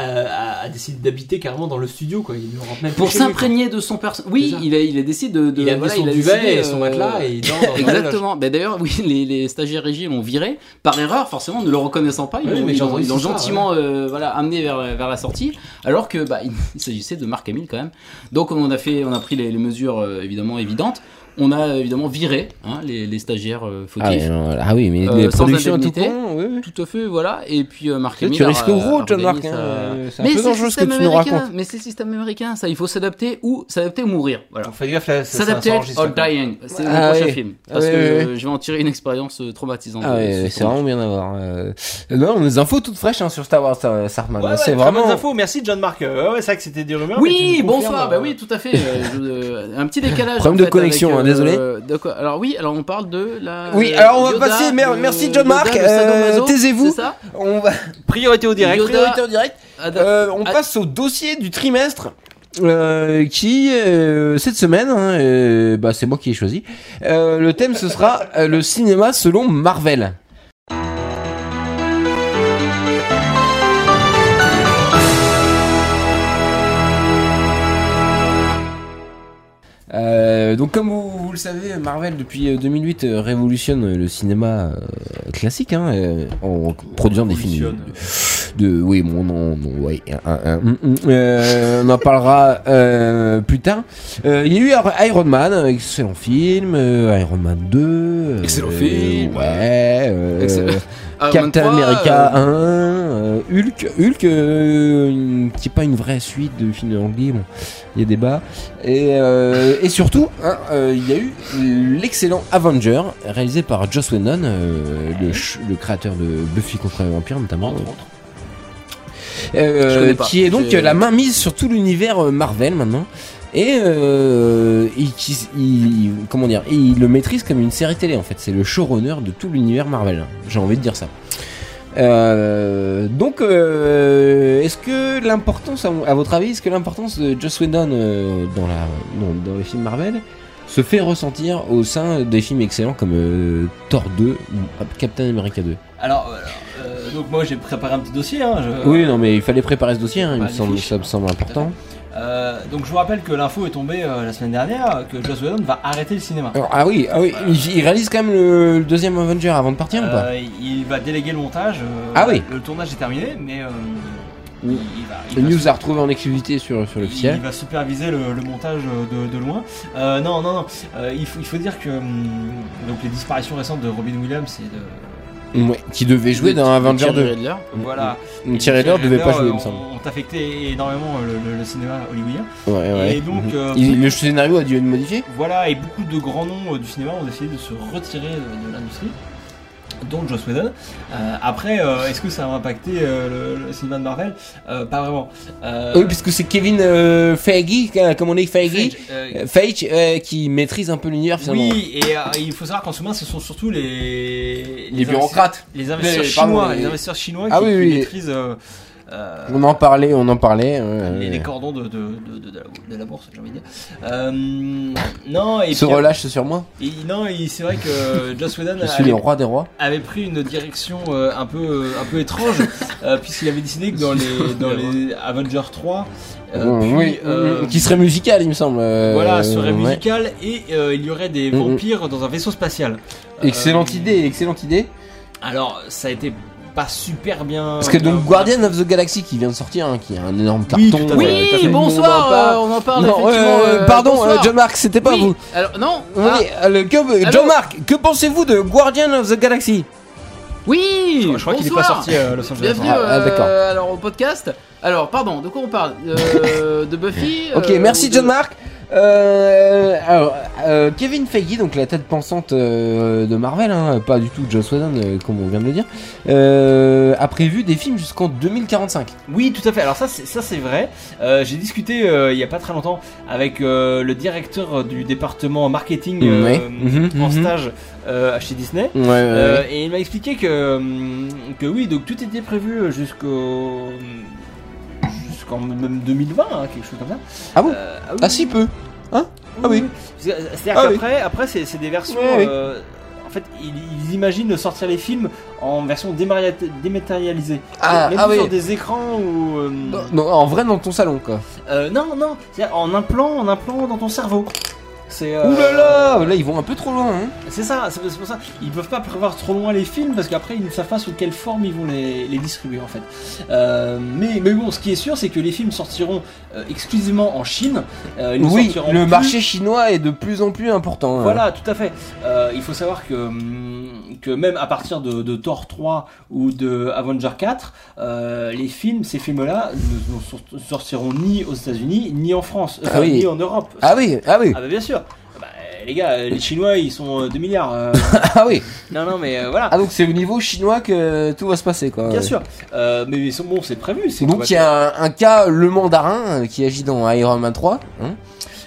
Speaker 2: a, a- a décidé d'habiter carrément dans le studio, quoi. Il ne rentre même
Speaker 3: Pour
Speaker 2: plus chez lui, quoi.
Speaker 3: s'imprégner de son personnage. Oui,
Speaker 2: C'est ça.
Speaker 3: il, a, il a décidé de. de-
Speaker 2: Il a amené
Speaker 3: voilà,
Speaker 2: son
Speaker 3: il
Speaker 2: duvet
Speaker 3: décidé,
Speaker 2: et son
Speaker 3: euh,
Speaker 2: matelas et il *laughs* dort dans- dans la loge.
Speaker 3: Exactement. Bah, D'ailleurs, oui, les, les stagiaires régie l'ont viré par erreur, forcément, ne le reconnaissant pas. Ils
Speaker 2: Oui,
Speaker 3: l'ont-
Speaker 2: mais
Speaker 3: ils
Speaker 2: j'ai
Speaker 3: l'ont
Speaker 2: entendu
Speaker 3: ils l'ont
Speaker 2: ce soir,
Speaker 3: gentiment euh, voilà, amené vers, vers la sortie, alors que bah, il s'agissait de Marc Hamill quand même. Donc on a fait, on a pris les, les mesures euh, évidemment évidentes. On a euh, évidemment viré hein, les, les stagiaires euh,
Speaker 1: Ah,
Speaker 3: fautifs.
Speaker 1: mais non, voilà. Ah oui, mais
Speaker 3: Euh,
Speaker 1: les
Speaker 3: sans
Speaker 1: productions et tout
Speaker 3: indemnité.
Speaker 1: con, oui, oui.
Speaker 3: Tout à fait, voilà. Et puis euh,
Speaker 1: Tu
Speaker 3: Marc
Speaker 1: sais,
Speaker 3: Hamill
Speaker 1: tu
Speaker 3: a-
Speaker 1: risques
Speaker 3: a-
Speaker 1: gros, John
Speaker 3: organisé
Speaker 1: Mark,
Speaker 3: sa-
Speaker 1: hein. C'est un
Speaker 3: Mais
Speaker 1: peu
Speaker 3: c'est le
Speaker 1: dangereux ce que
Speaker 3: système
Speaker 1: tu nous
Speaker 3: américain,
Speaker 1: racontes.
Speaker 3: Mais c'est le système américain, ça. Il faut s'adapter ou s'adapter ou mourir. Voilà.
Speaker 2: Donc, faites gaffe, là, ça- ça
Speaker 3: S'adapter
Speaker 2: s'enregistre
Speaker 3: or
Speaker 2: encore.
Speaker 3: dying. C'est
Speaker 1: Ah
Speaker 3: le prochain
Speaker 1: oui.
Speaker 3: film.
Speaker 1: Ah
Speaker 3: Parce
Speaker 1: oui,
Speaker 3: que
Speaker 1: oui,
Speaker 3: euh, je vais en tirer une expérience euh, traumatisante.
Speaker 1: Ah
Speaker 3: de
Speaker 1: ouais,
Speaker 3: ce
Speaker 1: c'est
Speaker 3: tournage.
Speaker 1: vraiment bien d'avoir. euh, Non, des infos toutes fraîches hein, sur Star Wars, euh, Sartman.
Speaker 2: Ouais,
Speaker 1: hein.
Speaker 2: ouais,
Speaker 1: c'est
Speaker 2: très
Speaker 1: vraiment.
Speaker 2: bonnes infos. Merci John Mark. Euh, ouais, c'est vrai que c'était des rumeurs. mais tu
Speaker 3: Oui,
Speaker 2: nous confirmes,
Speaker 3: bonsoir.
Speaker 2: euh,
Speaker 3: Bah oui, tout à fait. Euh, je- euh, un petit décalage.
Speaker 1: Problème
Speaker 3: en
Speaker 1: de
Speaker 3: fait,
Speaker 1: connexion,
Speaker 3: avec,
Speaker 1: hein, désolé.
Speaker 3: de quoi- alors oui, alors on parle de la.
Speaker 1: Oui, alors on va
Speaker 3: Yoda,
Speaker 1: passer, mer-
Speaker 3: le-
Speaker 1: merci, John
Speaker 3: Yoda,
Speaker 1: Mark,
Speaker 3: le
Speaker 1: euh,
Speaker 3: sadomaso,
Speaker 1: taisez-vous.
Speaker 3: C'est ça
Speaker 1: On va
Speaker 2: Priorité au direct.
Speaker 3: Yoda.
Speaker 1: priorité en direct.
Speaker 3: Adam-
Speaker 1: Euh, on
Speaker 3: Ah.
Speaker 1: passe au dossier du trimestre. euh, qui euh, cette semaine, hein, euh, bah, c'est moi qui ai choisi. Euh, le thème ce sera euh, le cinéma selon Marvel. Euh, donc comme vous, vous le savez, Marvel depuis euh, 2008 euh, révolutionne euh, le cinéma euh, classique hein, euh, en produisant des films de oui mon nom non ouais hein, hein, hum, hum, euh, on en parlera euh, plus tard Euh, il y a eu Ar- Iron Man euh, excellent film euh, Iron Man 2 euh,
Speaker 3: Excellent film.
Speaker 1: ouais euh,
Speaker 3: Excellent. Iron Man
Speaker 1: Captain
Speaker 3: 3,
Speaker 1: America 1 euh,
Speaker 3: euh,
Speaker 1: Hulk Hulk euh, une- qui est pas une vraie suite de film anglais bon il y a débat et, euh, et surtout hein, euh, il y a eu l'excellent Avenger réalisé par Joss Whedon euh, le, ch- le créateur de Buffy contre les vampires notamment
Speaker 2: Entre autres.
Speaker 1: euh,
Speaker 3: Je connais pas.
Speaker 1: qui est donc
Speaker 3: J'ai-
Speaker 1: la main mise sur tout l'univers euh, Marvel maintenant. Et, euh, et qui, il, comment dire, et il le maîtrise comme une série télé en fait. C'est le showrunner de tout l'univers Marvel. J'ai envie de dire ça. Euh, donc, euh, est-ce que l'importance, à, à votre avis, est-ce que l'importance de Joss Whedon euh, dans, la, dans, dans les films Marvel se fait ressentir au sein des films excellents comme euh, Thor 2 ou ah, Captain America 2
Speaker 2: Alors, voilà. Euh, donc moi j'ai préparé un petit dossier. hein, je-
Speaker 1: Oui, non, mais il fallait préparer ce dossier, hein, il
Speaker 2: Bah,
Speaker 1: me
Speaker 2: les
Speaker 1: semble,
Speaker 2: fiches.
Speaker 1: ça me semble important.
Speaker 2: Euh, donc je vous rappelle que l'info est tombée euh, la semaine dernière que Joss Whedon va arrêter le cinéma.
Speaker 1: Alors, ah oui, ah oui, il il réalise quand même le, le deuxième Avenger avant de partir ou pas
Speaker 2: Euh, il va déléguer le montage. euh,
Speaker 1: Ah oui.
Speaker 2: Le tournage est terminé, mais euh, il,
Speaker 1: Oui.
Speaker 2: il va. il
Speaker 1: Le
Speaker 2: va
Speaker 1: news a retrouvé en exclusivité sur, sur
Speaker 2: Il
Speaker 1: l'officiel.
Speaker 2: va superviser le, le montage de, de loin. Euh, non, non, non. Euh, il, faut, il faut dire que hum, donc les disparitions récentes de Robin Williams et de
Speaker 1: Ouais, qui devait jouer dans Avenger 2.
Speaker 3: Redler.
Speaker 2: Voilà.
Speaker 1: Thierry Redler devait pas
Speaker 2: euh,
Speaker 1: jouer, il me semble.
Speaker 2: On t'affectait énormément euh, le, le- le cinéma hollywoodien.
Speaker 1: Ouais, ouais.
Speaker 2: Et donc,
Speaker 1: Mhm.
Speaker 2: euh,
Speaker 1: Il- le scénario a dû être modifié
Speaker 2: Voilà, et beaucoup de grands noms euh, du cinéma ont essayé de se retirer euh, de l'industrie, dont Joss Whedon. Euh, après, euh, est-ce que ça a impacté euh, le, le cinéma de Marvel Euh, Pas vraiment. Euh,
Speaker 1: Ah Oui, puisque c'est Kevin euh, Feige, euh, comme on dit Feige,
Speaker 2: Feige, euh,
Speaker 1: euh, Feige euh, qui maîtrise un peu l'univers finalement.
Speaker 2: oui, et euh, il faut savoir qu'en ce moment, ce sont surtout les,
Speaker 1: Les bureaucrates.
Speaker 2: investi- les investisseurs
Speaker 1: Les- pardon,
Speaker 2: chinois,
Speaker 1: les-
Speaker 2: les... investisseurs chinois
Speaker 1: Ah
Speaker 2: qui,
Speaker 1: oui,
Speaker 2: qui
Speaker 1: oui.
Speaker 2: maîtrisent euh, euh,
Speaker 1: On en parlait, on en parlait. euh,
Speaker 2: les, les cordons de, de- de- de- de la, de la bourse, j'ai envie de dire. Euh, non, et,
Speaker 1: se
Speaker 2: puis-
Speaker 1: relâche sur moi.
Speaker 2: et- non, et c'est vrai que euh, Joss Whedon
Speaker 1: *laughs* Je
Speaker 2: a-
Speaker 1: suis le roi des rois.
Speaker 2: avait pris une direction euh, un peu euh, un peu étrange
Speaker 3: *laughs*
Speaker 2: euh, puisqu'il avait décidé que dans les dans les Avengers 3 euh, puis,
Speaker 1: oui,
Speaker 2: euh,
Speaker 1: mm, qui serait musical, il me semble. euh,
Speaker 2: voilà serait
Speaker 1: ouais.
Speaker 2: musical et euh, il y aurait des
Speaker 1: Mm, mm.
Speaker 2: vampires dans un vaisseau spatial. Euh,
Speaker 1: Excellente idée, excellente idée.
Speaker 2: Alors ça a été pas super bien. euh,
Speaker 1: Parce que
Speaker 2: bien-
Speaker 1: donc Guardian of the Galaxy qui vient de sortir, hein, qui est un énorme
Speaker 2: Oui,
Speaker 1: carton.
Speaker 2: tout à fait.
Speaker 1: euh, t'as
Speaker 3: Oui,
Speaker 1: fait-
Speaker 3: bonsoir, euh, on en parle.
Speaker 1: Non,
Speaker 3: effectivement,
Speaker 1: euh,
Speaker 3: euh,
Speaker 1: pardon,
Speaker 3: bonsoir.
Speaker 1: euh, John Mark, c'était pas
Speaker 3: Oui,
Speaker 1: vous.
Speaker 3: Alors, non,
Speaker 1: Oui,
Speaker 3: ah,
Speaker 1: euh, que- euh,
Speaker 3: Allô
Speaker 1: John Mark, que pensez-vous de Guardian of the Galaxy
Speaker 3: oui,
Speaker 2: Je crois qu'il est pas
Speaker 3: bonsoir.
Speaker 2: sorti euh, Los Angeles.
Speaker 3: Bienvenue
Speaker 1: Ah, ah,
Speaker 3: euh,
Speaker 1: d'accord.
Speaker 3: alors au podcast. Alors pardon, de quoi on parle
Speaker 1: *laughs*
Speaker 3: Euh, De Buffy
Speaker 1: Ok,
Speaker 3: euh,
Speaker 1: merci
Speaker 3: ou de-
Speaker 1: John Mark. Euh, alors, euh, Kevin Feige, donc la tête pensante euh, de Marvel, hein, pas du tout Joss Whedon, euh, comme on vient de le dire, euh, a prévu des films jusqu'en 2045.
Speaker 2: Oui, tout à fait. Alors ça, c'est, ça c'est vrai. Euh, j'ai discuté euh, il y a pas très longtemps avec euh, le directeur du département marketing euh,
Speaker 1: Ouais. Mhm,
Speaker 2: en
Speaker 1: mhm.
Speaker 2: stage euh, chez Disney.
Speaker 1: Ouais, ouais,
Speaker 2: Euh,
Speaker 1: ouais.
Speaker 2: et il m'a expliqué que, hum, que oui, donc tout était prévu euh, jusqu'au hum, jusqu'en même 2020, hein, quelque chose comme ça.
Speaker 1: Ah bon
Speaker 2: Euh, oui,
Speaker 1: Ah si peu. ah oui.
Speaker 2: C'est- C'est-à-dire
Speaker 1: Ah oui.
Speaker 2: qu'après, après, c'est c'est des versions.
Speaker 1: Ouais, oui.
Speaker 2: euh, en fait, ils, ils imaginent sortir les films en version démaria- dématérialisée.
Speaker 1: Ah,
Speaker 2: Même
Speaker 1: ah
Speaker 2: plus
Speaker 1: oui.
Speaker 2: sur des écrans ou. euh,
Speaker 1: Non, non, en vrai dans ton salon quoi.
Speaker 2: euh, non, non, c'est-à-dire en implant, en implant dans ton cerveau. C'est. euh,
Speaker 1: Ouh là là, là ils vont un peu trop loin. Hein.
Speaker 2: C'est ça, c'est c'est pour ça. Ils peuvent pas prévoir trop loin les films parce qu'après ils ne savent pas sous quelle forme ils vont les, les distribuer en fait. Euh, mais, mais bon, ce qui est sûr, c'est que les films sortiront euh, exclusivement en Chine. Euh, ils ne
Speaker 1: Oui,
Speaker 2: sortiront
Speaker 1: le
Speaker 2: plus-
Speaker 1: marché chinois est de plus en plus important. hein.
Speaker 2: Voilà, tout à fait. Euh, il faut savoir que, hum, que même à partir de, de Thor 3 ou de Avenger 4, euh, les films, ces films-là, ne- ne sort- sortiront ni aux États-Unis, ni en France,
Speaker 1: Ah
Speaker 2: enfin,
Speaker 1: oui.
Speaker 2: ni en Europe.
Speaker 1: Ah oui, ah oui,
Speaker 2: Ah bah bien sûr. Bah, les gars, les Chinois, ils sont euh, 2
Speaker 1: *laughs*
Speaker 2: milliards. euh.
Speaker 1: ah oui.
Speaker 2: non, non, mais euh, voilà.
Speaker 1: Ah donc c'est au niveau chinois que tout va se passer quoi.
Speaker 2: Bien
Speaker 1: Ouais.
Speaker 2: sûr, Euh, mais c'est- bon, c'est prévu. C'est
Speaker 1: Ah Donc il y a un, un cas, le mandarin, euh, qui agit dans Iron Man 3, hein,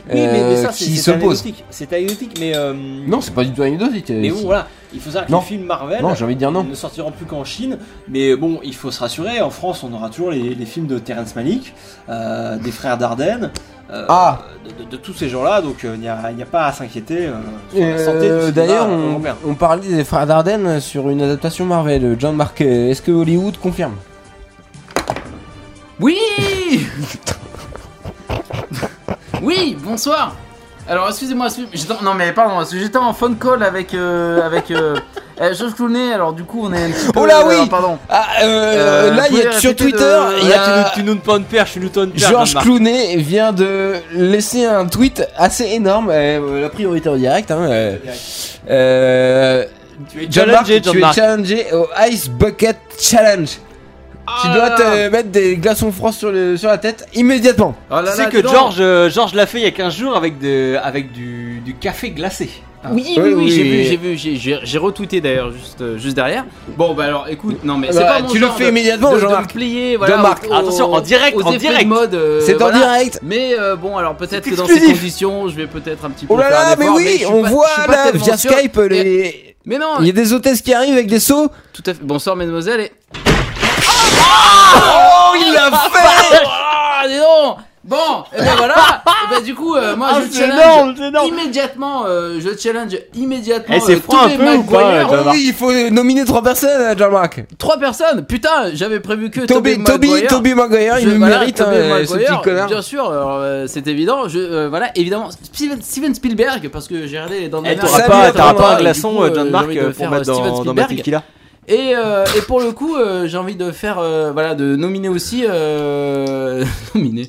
Speaker 2: oui, mais, mais ça,
Speaker 1: euh,
Speaker 2: c'est
Speaker 1: qui
Speaker 2: c'est
Speaker 1: se pose.
Speaker 2: anecdotique. C'est anecdotique, mais euh,
Speaker 1: Non, c'est pas du tout anecdotique. euh,
Speaker 2: mais bon,
Speaker 1: si.
Speaker 2: voilà, il faut savoir que
Speaker 1: Non.
Speaker 2: les films Marvel
Speaker 1: non, j'ai envie de dire non.
Speaker 2: ne sortiront plus qu'en Chine. Mais bon, il faut se rassurer. En France, on aura toujours les, les films de Terrence Malick, euh, des frères Dardenne, euh,
Speaker 1: Ah.
Speaker 2: de, de- de tous ces gens-là. Donc euh, il n'y a, il n'y a pas à s'inquiéter. euh, sur la santé du
Speaker 1: Euh,
Speaker 2: cinéma
Speaker 1: D'ailleurs, on,
Speaker 2: européen.
Speaker 1: on parlait des frères Dardenne sur une adaptation Marvel. John Mark, euh, est-ce que Hollywood confirme
Speaker 3: Oui *laughs* Oui, bonsoir Alors excusez-moi, excusez- j'étais en- non mais pardon, parce que j'étais en phone call avec euh, avec euh, *laughs* euh, Georges Clooney, alors du coup on est un petit peu...
Speaker 1: Oh là, oui
Speaker 3: alors, Pardon.
Speaker 1: Ah,
Speaker 3: Euh,
Speaker 1: là, il y a,
Speaker 3: pouvez
Speaker 1: sur
Speaker 3: répéter
Speaker 1: Twitter,
Speaker 3: de-
Speaker 1: il y a
Speaker 2: tu nous donnes pas une perche, tu nous donnes une perche,
Speaker 1: Georges
Speaker 2: Jean-Marc.
Speaker 1: Clooney vient de laisser un tweet assez énorme. euh, la priorité en direct. Hein, euh, euh,
Speaker 2: Tu es
Speaker 1: John Mark,
Speaker 2: challengé,
Speaker 1: tu es
Speaker 2: Jean-Marc.
Speaker 1: challengé au Ice Bucket Challenge. Tu
Speaker 2: Ah
Speaker 1: dois
Speaker 2: là
Speaker 1: te
Speaker 2: là.
Speaker 1: mettre des glaçons froids sur, le, sur la tête immédiatement.
Speaker 3: Oh là
Speaker 2: Tu sais
Speaker 3: là,
Speaker 2: que
Speaker 3: dis donc.
Speaker 2: Georges euh, Georges l'a fait il y a 15 jours avec, de, avec du, du café glacé.
Speaker 3: Oui,
Speaker 1: Oui,
Speaker 3: oui, oui,
Speaker 1: oui,
Speaker 3: j'ai
Speaker 1: oui.
Speaker 3: vu, j'ai vu, j'ai- j'ai j'ai retweeté d'ailleurs juste, euh, juste derrière. Bon, bah alors écoute, non mais c'est
Speaker 1: Bah,
Speaker 3: pas mon
Speaker 1: tu le
Speaker 3: genre
Speaker 1: fais
Speaker 3: de-
Speaker 1: immédiatement,
Speaker 3: de- de
Speaker 1: Jean-Marc.
Speaker 3: me plier, voilà,
Speaker 1: Jean-Marc,
Speaker 3: au-
Speaker 2: attention, en direct,
Speaker 3: aux
Speaker 2: en
Speaker 3: effets de
Speaker 2: direct.
Speaker 3: mode, euh,
Speaker 1: C'est en
Speaker 3: voilà.
Speaker 1: direct.
Speaker 3: Mais euh, bon, alors peut-être
Speaker 2: C'est
Speaker 3: que dans ces
Speaker 2: exclusif.
Speaker 3: conditions, je vais peut-être un petit peu.
Speaker 1: Oh là
Speaker 3: faire un
Speaker 1: là, mais
Speaker 3: effort, je
Speaker 1: oui,
Speaker 3: suis
Speaker 1: on
Speaker 3: pas- je suis
Speaker 1: voit
Speaker 3: pas
Speaker 1: là
Speaker 3: tellement
Speaker 1: via
Speaker 3: sûr. Eh,
Speaker 1: Skype les.
Speaker 3: Mais non,
Speaker 1: Il y a des hôtesses qui arrivent avec des seaux.
Speaker 3: tout à fait. Bonsoir, mesdemoiselles. Et...
Speaker 1: Oh, il *laughs* l'a fait
Speaker 3: *laughs* Ah, dis donc Bon, et ben voilà. et ben du coup, euh, moi
Speaker 2: Ah,
Speaker 3: je
Speaker 2: c'est
Speaker 3: challenge
Speaker 2: énorme, c'est énorme.
Speaker 3: immédiatement. euh, je challenge immédiatement.
Speaker 2: Eh, c'est
Speaker 3: euh,
Speaker 2: froid
Speaker 3: tous
Speaker 2: un
Speaker 3: les
Speaker 2: peu ou pas,
Speaker 3: Maguire.
Speaker 1: Oh
Speaker 2: Jean-Marc
Speaker 1: oui, il faut nominer trois personnes, hein, Jean-Marc.
Speaker 3: Trois personnes. Putain, j'avais prévu que
Speaker 1: Toby,
Speaker 3: Tobey
Speaker 1: Toby,
Speaker 3: Maguire.
Speaker 1: Toby Maguire, il
Speaker 3: Je-
Speaker 1: le
Speaker 3: voilà,
Speaker 1: mérite,
Speaker 3: Tobey
Speaker 1: hein, ce
Speaker 3: Maguire,
Speaker 1: petit connard.
Speaker 3: Bien sûr, alors, euh, c'est évident. Je, euh, voilà, évidemment, Steven, Steven Spielberg, parce que j'ai regardé les dents de la
Speaker 2: Eh,
Speaker 3: mer,
Speaker 2: t'auras
Speaker 1: Salut,
Speaker 2: pas,
Speaker 1: attends,
Speaker 2: t'auras
Speaker 1: attends,
Speaker 2: pas
Speaker 3: et
Speaker 2: un
Speaker 3: du
Speaker 2: glaçon,
Speaker 3: coup,
Speaker 2: euh,
Speaker 3: euh,
Speaker 2: John
Speaker 3: j'ai
Speaker 2: Mark,
Speaker 3: envie de
Speaker 2: euh, pour
Speaker 3: faire,
Speaker 2: mettre
Speaker 3: euh, Steven
Speaker 2: dans, dans ma
Speaker 3: Spielberg.
Speaker 2: tequila.
Speaker 3: Et, euh, et pour le coup, euh, j'ai envie de faire, euh, voilà, de *laughs* nominer aussi, euh, nominer,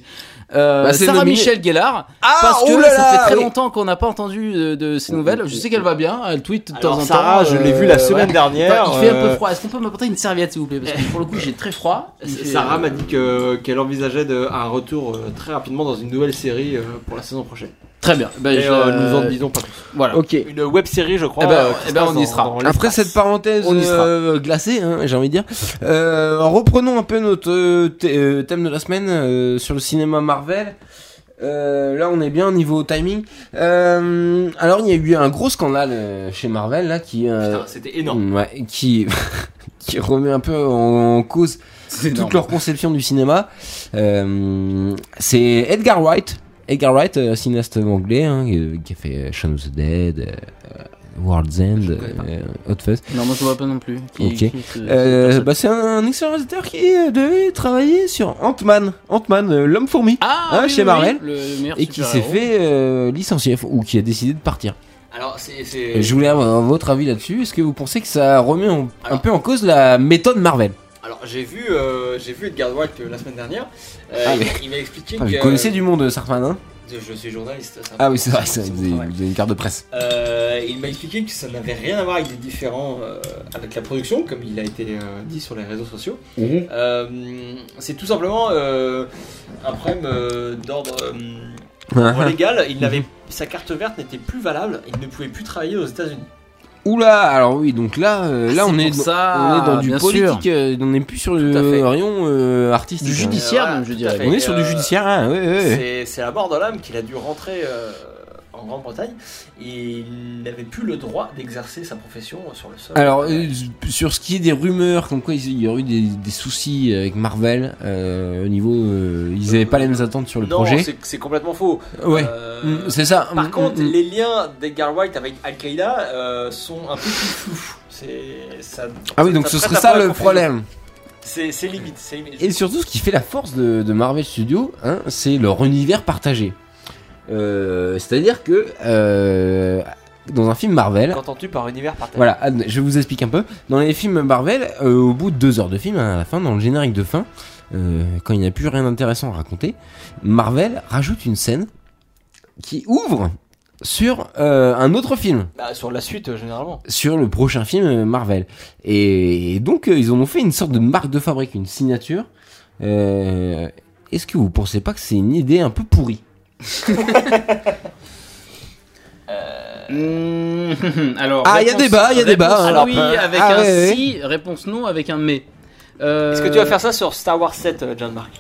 Speaker 3: euh,
Speaker 1: Bah, c'est
Speaker 3: Sarah
Speaker 1: nominé.
Speaker 3: Michelle Gellar.
Speaker 1: Ah,
Speaker 3: parce que
Speaker 1: oh là
Speaker 3: ça
Speaker 1: là,
Speaker 3: fait très
Speaker 1: oui.
Speaker 3: longtemps qu'on n'a pas entendu de, de ses nouvelles. Je sais qu'elle va bien, elle tweet de temps en
Speaker 2: Oh, Alors,
Speaker 3: temps.
Speaker 2: Sarah, je l'ai
Speaker 3: euh,
Speaker 2: vu la semaine
Speaker 3: ouais.
Speaker 2: dernière.
Speaker 3: Attends, il fait un peu
Speaker 2: euh,
Speaker 3: froid. Est-ce qu'on peut m'apporter une serviette, s'il vous plaît Parce que pour le coup, j'ai très froid. Il fait-
Speaker 2: Sarah m'a dit que- euh, qu'elle envisageait de- un retour euh, très rapidement dans une nouvelle série euh, pour la saison prochaine.
Speaker 3: Très bien. Ben,
Speaker 2: Et
Speaker 3: je-
Speaker 2: euh, nous en disons pas plus.
Speaker 3: Voilà.
Speaker 1: Ok.
Speaker 2: Une web série, je crois.
Speaker 3: Eh ben,
Speaker 2: euh, qui
Speaker 3: eh
Speaker 2: se
Speaker 3: ben,
Speaker 2: passe
Speaker 3: on y
Speaker 2: dans-
Speaker 3: sera.
Speaker 2: dans
Speaker 1: Après
Speaker 2: l'espace.
Speaker 1: cette parenthèse
Speaker 2: On y sera.
Speaker 1: euh, glacée, hein, j'ai envie de dire, euh, reprenons un peu notre euh, thé- euh, thème de la semaine euh, sur le cinéma Marvel. Euh, là, on est bien au niveau timing. Euh, alors, il y a eu un gros scandale euh, chez Marvel là qui euh,
Speaker 2: Putain, C'était énorme.
Speaker 1: ouais, qui *laughs* qui remet un peu en, en cause
Speaker 3: C'est
Speaker 1: toute
Speaker 3: énorme.
Speaker 1: leur conception du cinéma. Euh, C'est Edgar Wright. Edgar Wright, euh, cinéaste anglais, hein, qui- qui a fait Shaun of the Dead, euh, World's End, euh, Hot Fuzz.
Speaker 3: Non, moi je vois pas non plus. Qui-
Speaker 1: Ok.
Speaker 3: qui- qui-
Speaker 1: Euh,
Speaker 3: personne.
Speaker 1: bah, c'est un, un excellent réalisateur qui euh, devait travailler sur Ant-Man, Ant-Man, euh, l'homme fourmi,
Speaker 3: Ah,
Speaker 1: hein,
Speaker 3: oui,
Speaker 1: chez
Speaker 3: oui,
Speaker 1: Marvel.
Speaker 3: oui, le meilleur
Speaker 1: et qui s'est
Speaker 3: super-héros.
Speaker 1: fait euh, licencier ou qui a décidé de partir.
Speaker 2: Alors, c'est.
Speaker 1: Et
Speaker 2: c'est-
Speaker 1: je voulais avoir votre avis là-dessus. Est-ce que vous pensez que ça remet en- un
Speaker 2: Alors-
Speaker 1: peu en cause la méthode Marvel
Speaker 2: Alors, j'ai vu, euh, j'ai vu Edgar Wright euh, la semaine dernière. Euh,
Speaker 1: Ah,
Speaker 2: il-
Speaker 1: mais-
Speaker 2: Il m'a expliqué
Speaker 1: Ah,
Speaker 2: que.
Speaker 1: Vous connaissez du monde, euh, Sarfman, hein
Speaker 2: Je suis journaliste. c'est
Speaker 1: Ah oui, c'est vrai, ça,
Speaker 2: mon
Speaker 1: vous avez-
Speaker 2: travail.
Speaker 1: vous avez une carte de presse.
Speaker 2: Euh, il m'a expliqué que ça n'avait rien à voir avec des différents euh, avec la production, comme il a été euh, dit sur les réseaux sociaux.
Speaker 1: Mhm.
Speaker 2: Euh, c'est tout simplement euh, un problème euh, d'ordre euh,
Speaker 1: Ah
Speaker 2: légal.
Speaker 1: Mhm.
Speaker 2: Il n'avait sa carte verte n'était plus valable. Il ne pouvait plus travailler aux États-Unis.
Speaker 1: *laughs* Oula, alors oui, donc là, euh, là
Speaker 3: Ah, C'est
Speaker 1: on est,
Speaker 3: pour
Speaker 1: dans-
Speaker 3: ça,
Speaker 1: on est dans du
Speaker 3: bien
Speaker 1: politique, euh, on n'est plus sur
Speaker 3: Tout à fait.
Speaker 1: le rayon euh, artistique.
Speaker 3: Du
Speaker 1: hein.
Speaker 3: judiciaire. Judiciaire, même, je
Speaker 2: tout à
Speaker 3: dirais.
Speaker 2: fait.
Speaker 1: On est sur du
Speaker 2: Euh,
Speaker 1: judiciaire, hein, ouais, ouais, ouais.
Speaker 2: C'est c'est la mort de l'âme qu'il a dû rentrer euh, en Grande-Bretagne. Et Il n'avait plus le droit d'exercer sa profession sur le sol.
Speaker 1: Alors, euh, sur ce qui est des rumeurs, comme quoi il y aurait eu des, des soucis avec Marvel, euh, au niveau. euh, ils n'avaient pas les mêmes attentes sur le
Speaker 2: non,
Speaker 1: projet.
Speaker 2: c'est- c'est complètement faux.
Speaker 1: Ouais,
Speaker 2: Euh,
Speaker 1: Mm, c'est ça.
Speaker 2: Par
Speaker 1: Mm,
Speaker 2: contre,
Speaker 1: mm,
Speaker 2: les liens d'Edgar White avec Al-Qaïda euh, sont un peu plus flous. C'est ça.
Speaker 1: Ah oui, donc ce
Speaker 2: ça
Speaker 1: serait
Speaker 2: prête à
Speaker 1: ça
Speaker 2: pas la
Speaker 1: le
Speaker 2: confusion.
Speaker 1: problème.
Speaker 2: C'est c'est limite. c'est limite.
Speaker 1: Et surtout, ce qui fait la force de, de Marvel Studios, hein, c'est leur univers partagé. Euh, C'est-à-dire que euh, dans un film Marvel,
Speaker 2: Qu'entends-tu par univers partagé
Speaker 1: Voilà, Anne, je vous explique un peu. Dans les films Marvel, euh, au bout de deux heures de film, hein, à la fin, dans le générique de fin, euh, quand il n'y a plus rien d'intéressant à raconter, Marvel rajoute une scène qui ouvre sur euh, un autre film,
Speaker 2: Bah, sur la suite euh, généralement.
Speaker 1: sur le prochain film euh, Marvel. Et, donc, euh, ils en ont fait une sorte de marque de fabrique, une signature. Euh, Est-ce que vous pensez pas que c'est une idée un peu pourrie
Speaker 3: Mmh, *laughs* alors,
Speaker 1: Ah, il y a
Speaker 3: réponse-
Speaker 1: débat, il y a débat,
Speaker 3: réponse
Speaker 1: hein.
Speaker 3: oui
Speaker 2: Alors,
Speaker 3: avec
Speaker 1: ah,
Speaker 3: un
Speaker 1: ouais, ouais.
Speaker 3: si, réponse non avec un mais. Euh,
Speaker 2: Est-ce que tu vas faire ça sur Star Wars 7, euh, John Mark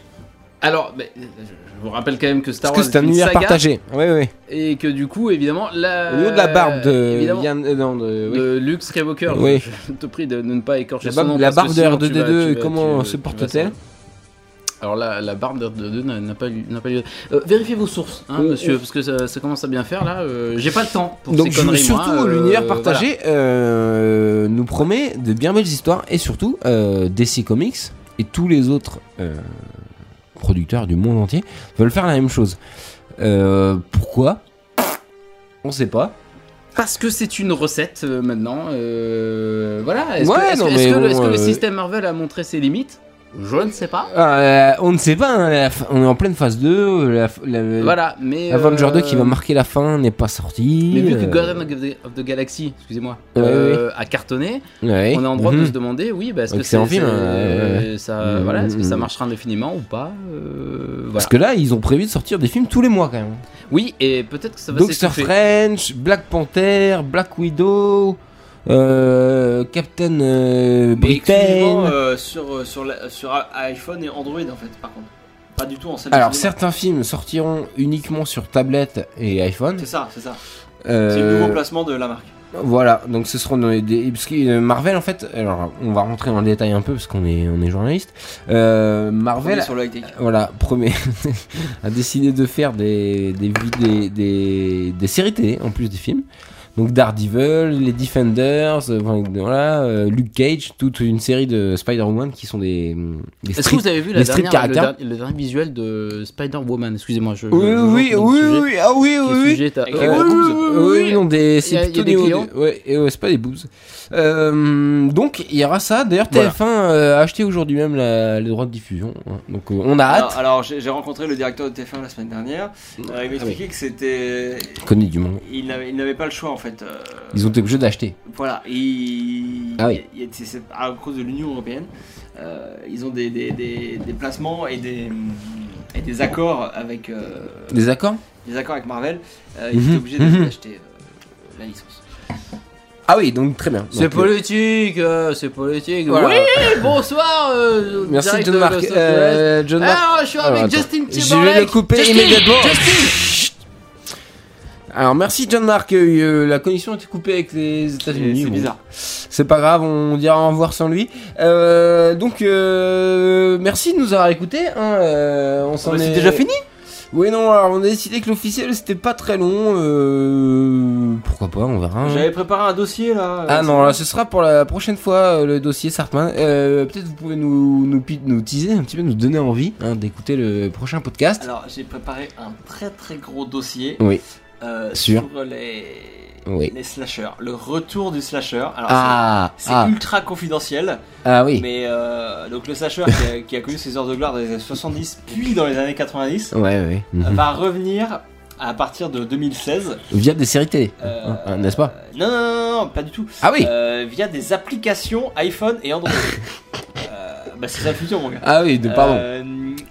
Speaker 3: Alors, ben, je je vous rappelle quand même que Star
Speaker 1: Parce
Speaker 3: Wars
Speaker 1: que c'est un
Speaker 3: une
Speaker 1: univers
Speaker 3: saga
Speaker 1: partagé. Ouais, ouais.
Speaker 3: et que du coup, évidemment, la.
Speaker 1: Au niveau de la barbe de,
Speaker 3: évidemment,
Speaker 1: Ian- euh, non, de- oui.
Speaker 3: de Luke Skywalker,
Speaker 1: Oui.
Speaker 3: je, je te prie de, de ne pas écorcher
Speaker 1: La
Speaker 3: son
Speaker 1: barbe-
Speaker 3: nom.
Speaker 1: la
Speaker 3: parce
Speaker 1: barbe
Speaker 3: que
Speaker 1: de
Speaker 3: sinon,
Speaker 1: R2D2,
Speaker 3: tu vas- tu vas-
Speaker 1: comment
Speaker 3: tu vas-
Speaker 1: se
Speaker 3: tu vas
Speaker 1: porte-t-elle
Speaker 3: savoir. alors la, la barbe de R2D2 n'a n'a pas lieu. n'a pas lieu. Euh, vérifiez vos sources, hein,
Speaker 1: Oui,
Speaker 3: monsieur, parce que ça, ça commence à bien faire là. euh, J'ai pas le temps pour
Speaker 1: Donc
Speaker 3: ces
Speaker 1: je-
Speaker 3: conneries. moi,
Speaker 1: surtout
Speaker 3: euh,
Speaker 1: l'univers
Speaker 3: voilà.
Speaker 1: partagé euh, nous promet de bien belles histoires et surtout euh, DC Comics et tous les autres euh, producteurs du monde entier veulent faire la même chose. Euh, pourquoi On sait pas.
Speaker 3: Parce que c'est une recette euh, maintenant. euh, voilà. Est-ce
Speaker 1: Ouais,
Speaker 3: que, est-ce
Speaker 1: non,
Speaker 3: que-
Speaker 1: mais
Speaker 3: est-ce que le-
Speaker 1: bon,
Speaker 3: est-ce que le
Speaker 1: euh,
Speaker 3: système Marvel a montré ses limites Je ne sais pas.
Speaker 1: Euh, on ne sait pas. hein, la fin- on est en pleine phase 2. euh, La, la-
Speaker 3: Voilà, mais.
Speaker 1: Avenger
Speaker 3: euh,
Speaker 1: 2 qui va marquer la fin n'est pas sorti.
Speaker 3: Mais vu que
Speaker 1: euh,
Speaker 3: Guardian of the, of the Galaxy, excusez-moi,
Speaker 1: Ouais,
Speaker 3: euh, a cartonné,
Speaker 1: ouais.
Speaker 3: on est en droit
Speaker 1: Mhm.
Speaker 3: de se demander, oui, bah, est-ce que
Speaker 1: Excellent
Speaker 3: c'est-
Speaker 1: film,
Speaker 3: c'est-
Speaker 1: euh,
Speaker 3: euh, ça,
Speaker 1: Mhm.
Speaker 3: voilà, est-ce que ça marchera indéfiniment ou pas Euh, voilà.
Speaker 1: Parce que là, ils ont prévu de sortir des films tous les mois quand même.
Speaker 3: Oui, et peut-être que ça va
Speaker 1: Doctor
Speaker 3: s'étouffer.
Speaker 1: French, Black Panther, Black Widow, euh, Captain euh,
Speaker 2: Mais exclusivement,
Speaker 1: Britain.
Speaker 2: euh, sur, euh, sur, la- sur iPhone et Android en fait, par contre. Pas du tout en salle de
Speaker 1: Alors
Speaker 2: cinéma.
Speaker 1: certains films sortiront uniquement sur tablette et iPhone.
Speaker 2: C'est ça, c'est ça.
Speaker 1: Euh,
Speaker 2: C'est le nouveau placement de la marque.
Speaker 1: voilà, donc ce seront dans les- des parce que, euh, Marvel en fait. Alors on va rentrer dans le détail un peu parce qu'on est on est journaliste. Euh, Marvel
Speaker 2: Premier sur le high-tech.
Speaker 1: voilà, premier, *laughs* a décidé de faire des, des, vid- des, des, des séries télé en plus des films. Donc Daredevil, les Defenders, euh, enfin, voilà, euh, Luke Cage, toute une série de Spider-Woman qui sont des, des
Speaker 3: Est-ce que
Speaker 1: street-
Speaker 3: vous avez vu la
Speaker 1: les strip
Speaker 3: dernière, le,
Speaker 1: caractères.
Speaker 3: der- le dernier visuel de Spider-Woman Excusez-moi, je.
Speaker 1: Oui, oui, oui, oui, oui, ah oui, oui, oui.
Speaker 4: Avec
Speaker 1: Euh,
Speaker 4: les grosses
Speaker 1: oui,
Speaker 4: boobs.
Speaker 1: oui, oui, oui, non, des,
Speaker 3: Il y a-
Speaker 1: c'est
Speaker 3: il y a
Speaker 1: plutôt
Speaker 3: des
Speaker 1: des,
Speaker 3: clients.
Speaker 1: des- ouais, et, ouais, c'est pas des boobs. Euh, donc il y aura ça. D'ailleurs,
Speaker 3: Voilà.
Speaker 1: TF1 euh, a acheté aujourd'hui même la- les droits de diffusion. hein. Donc euh, on a hâte.
Speaker 2: Alors, alors, j'ai j'ai rencontré le directeur de TF1 la semaine dernière.
Speaker 1: Mm. Ah
Speaker 2: Euh, il m'expliquait que c'était.
Speaker 1: Connais du monde.
Speaker 2: Il n'avait il n'avait pas le choix en fait. euh,
Speaker 1: Ils ont été obligés d'acheter.
Speaker 2: Voilà, et
Speaker 1: Ah oui.
Speaker 2: il y a- c'est- c'est- à cause de l'Union Européenne, euh, ils ont des, des- des- des placements et des, et des accords avec euh,
Speaker 1: Des accords
Speaker 2: des accords avec Marvel, euh, ils
Speaker 1: Mhm,
Speaker 2: étaient obligés
Speaker 1: mhm.
Speaker 2: d'acheter euh, la licence.
Speaker 1: Ah oui, donc très bien.
Speaker 3: C'est
Speaker 1: Donc, euh,
Speaker 3: politique, euh, c'est politique.
Speaker 1: Voilà.
Speaker 3: Oui, bonsoir. euh,
Speaker 1: Merci
Speaker 3: direct
Speaker 1: John
Speaker 3: de
Speaker 1: Mark.
Speaker 3: Los Angeles.
Speaker 1: euh, John Mark.
Speaker 3: Alors, je suis
Speaker 1: Alors,
Speaker 3: avec
Speaker 1: attends.
Speaker 3: Justin
Speaker 1: Je vais
Speaker 3: Timberlake.
Speaker 1: le couper
Speaker 3: Justin,
Speaker 1: immédiatement.
Speaker 3: Justin. Ah
Speaker 1: Alors merci John Mark. euh, la connexion a été coupée avec les États-Unis.
Speaker 2: C'est
Speaker 1: Bon.
Speaker 2: bizarre.
Speaker 1: C'est pas grave, on dira au revoir sans lui. Euh, donc, euh, merci de nous avoir écoutés. hein, euh, on s'en
Speaker 2: Ah bah, c'est
Speaker 1: est-
Speaker 2: déjà fini
Speaker 1: Oui, non, alors on a décidé que l'officiel c'était pas très long. euh, pourquoi pas, on verra. hein.
Speaker 2: J'avais préparé un dossier là.
Speaker 1: Ah
Speaker 2: euh,
Speaker 1: non, là ce sera pour la prochaine fois euh, le dossier Sartman. Euh, Peut-être vous pouvez nous, nous, pi- nous teaser un petit peu, nous donner envie hein, d'écouter le prochain podcast.
Speaker 2: Alors j'ai préparé un très très gros dossier
Speaker 1: Oui.
Speaker 2: euh,
Speaker 1: Sur.
Speaker 2: sur les,
Speaker 1: Oui.
Speaker 2: les slashers, le retour du slasher. Alors,
Speaker 1: Ah,
Speaker 2: c'est- c'est
Speaker 1: ah,
Speaker 2: ultra confidentiel,
Speaker 1: ah oui.
Speaker 2: mais euh, donc le slasher qui a, qui a connu ses heures de gloire dans les années 70 puis dans les années 90
Speaker 1: Ouais, ouais, ouais. Mhm.
Speaker 2: va revenir à partir de 2016.
Speaker 1: Via des séries télé,
Speaker 2: euh,
Speaker 1: hein, n'est-ce pas
Speaker 2: euh, non, non, non, non, non, pas du tout.
Speaker 1: Ah oui
Speaker 2: Euh, via des applications iPhone
Speaker 1: *laughs*
Speaker 2: et Android. Euh, bah, c'est ça le futur, mon gars.
Speaker 1: Ah oui, de, pardon.
Speaker 2: Euh,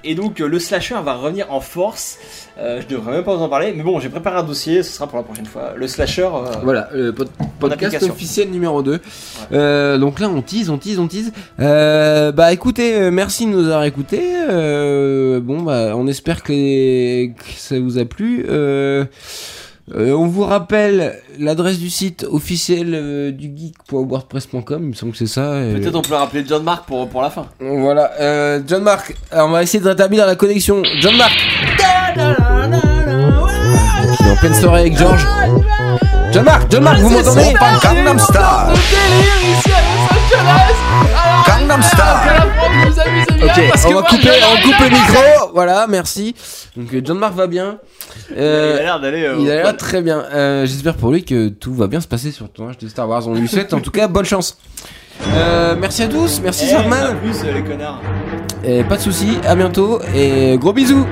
Speaker 2: et donc euh, le slasher va revenir en force. Euh, je devrais même pas vous en parler, mais bon, j'ai préparé un dossier, ce sera pour la prochaine fois. Le slasher. euh,
Speaker 1: Voilà, le pod- podcast
Speaker 2: application.
Speaker 1: officiel numéro 2. Euh, donc là, on tease, on tease, on tease. Euh, bah écoutez, euh, merci de nous avoir écoutés. Euh, bon, bah on espère que, les- que ça vous a plu. Euh, euh, on vous rappelle l'adresse du site officiel euh, du geek.wordpress.com, il me semble que c'est ça. et-
Speaker 2: Peut-être on peut rappeler John Mark pour, pour la fin.
Speaker 1: Donc Voilà, euh, John Mark, alors, on va essayer de rétablir la connexion. John Mark On est en pleine soirée avec George. John Mark, John Mark, vous m'entendez
Speaker 5: Gangnam Style. Gangnam Style.
Speaker 1: Ok, on va couper, on coupe le micro. Voilà, merci. Donc euh, John Mark va bien.
Speaker 2: il a
Speaker 1: Euh,
Speaker 2: l'air d'aller. euh,
Speaker 1: il
Speaker 2: au
Speaker 1: a
Speaker 2: poil.
Speaker 1: l'air très bien. Euh, J'espère pour lui que tout va bien se passer sur le tournage de Star Wars. On lui souhaite en tout cas bonne chance. Euh, merci à tous, merci
Speaker 2: Eh,
Speaker 1: Sarman.
Speaker 2: en plus, euh, les connards.
Speaker 1: Et Pas de soucis, à bientôt et gros bisous.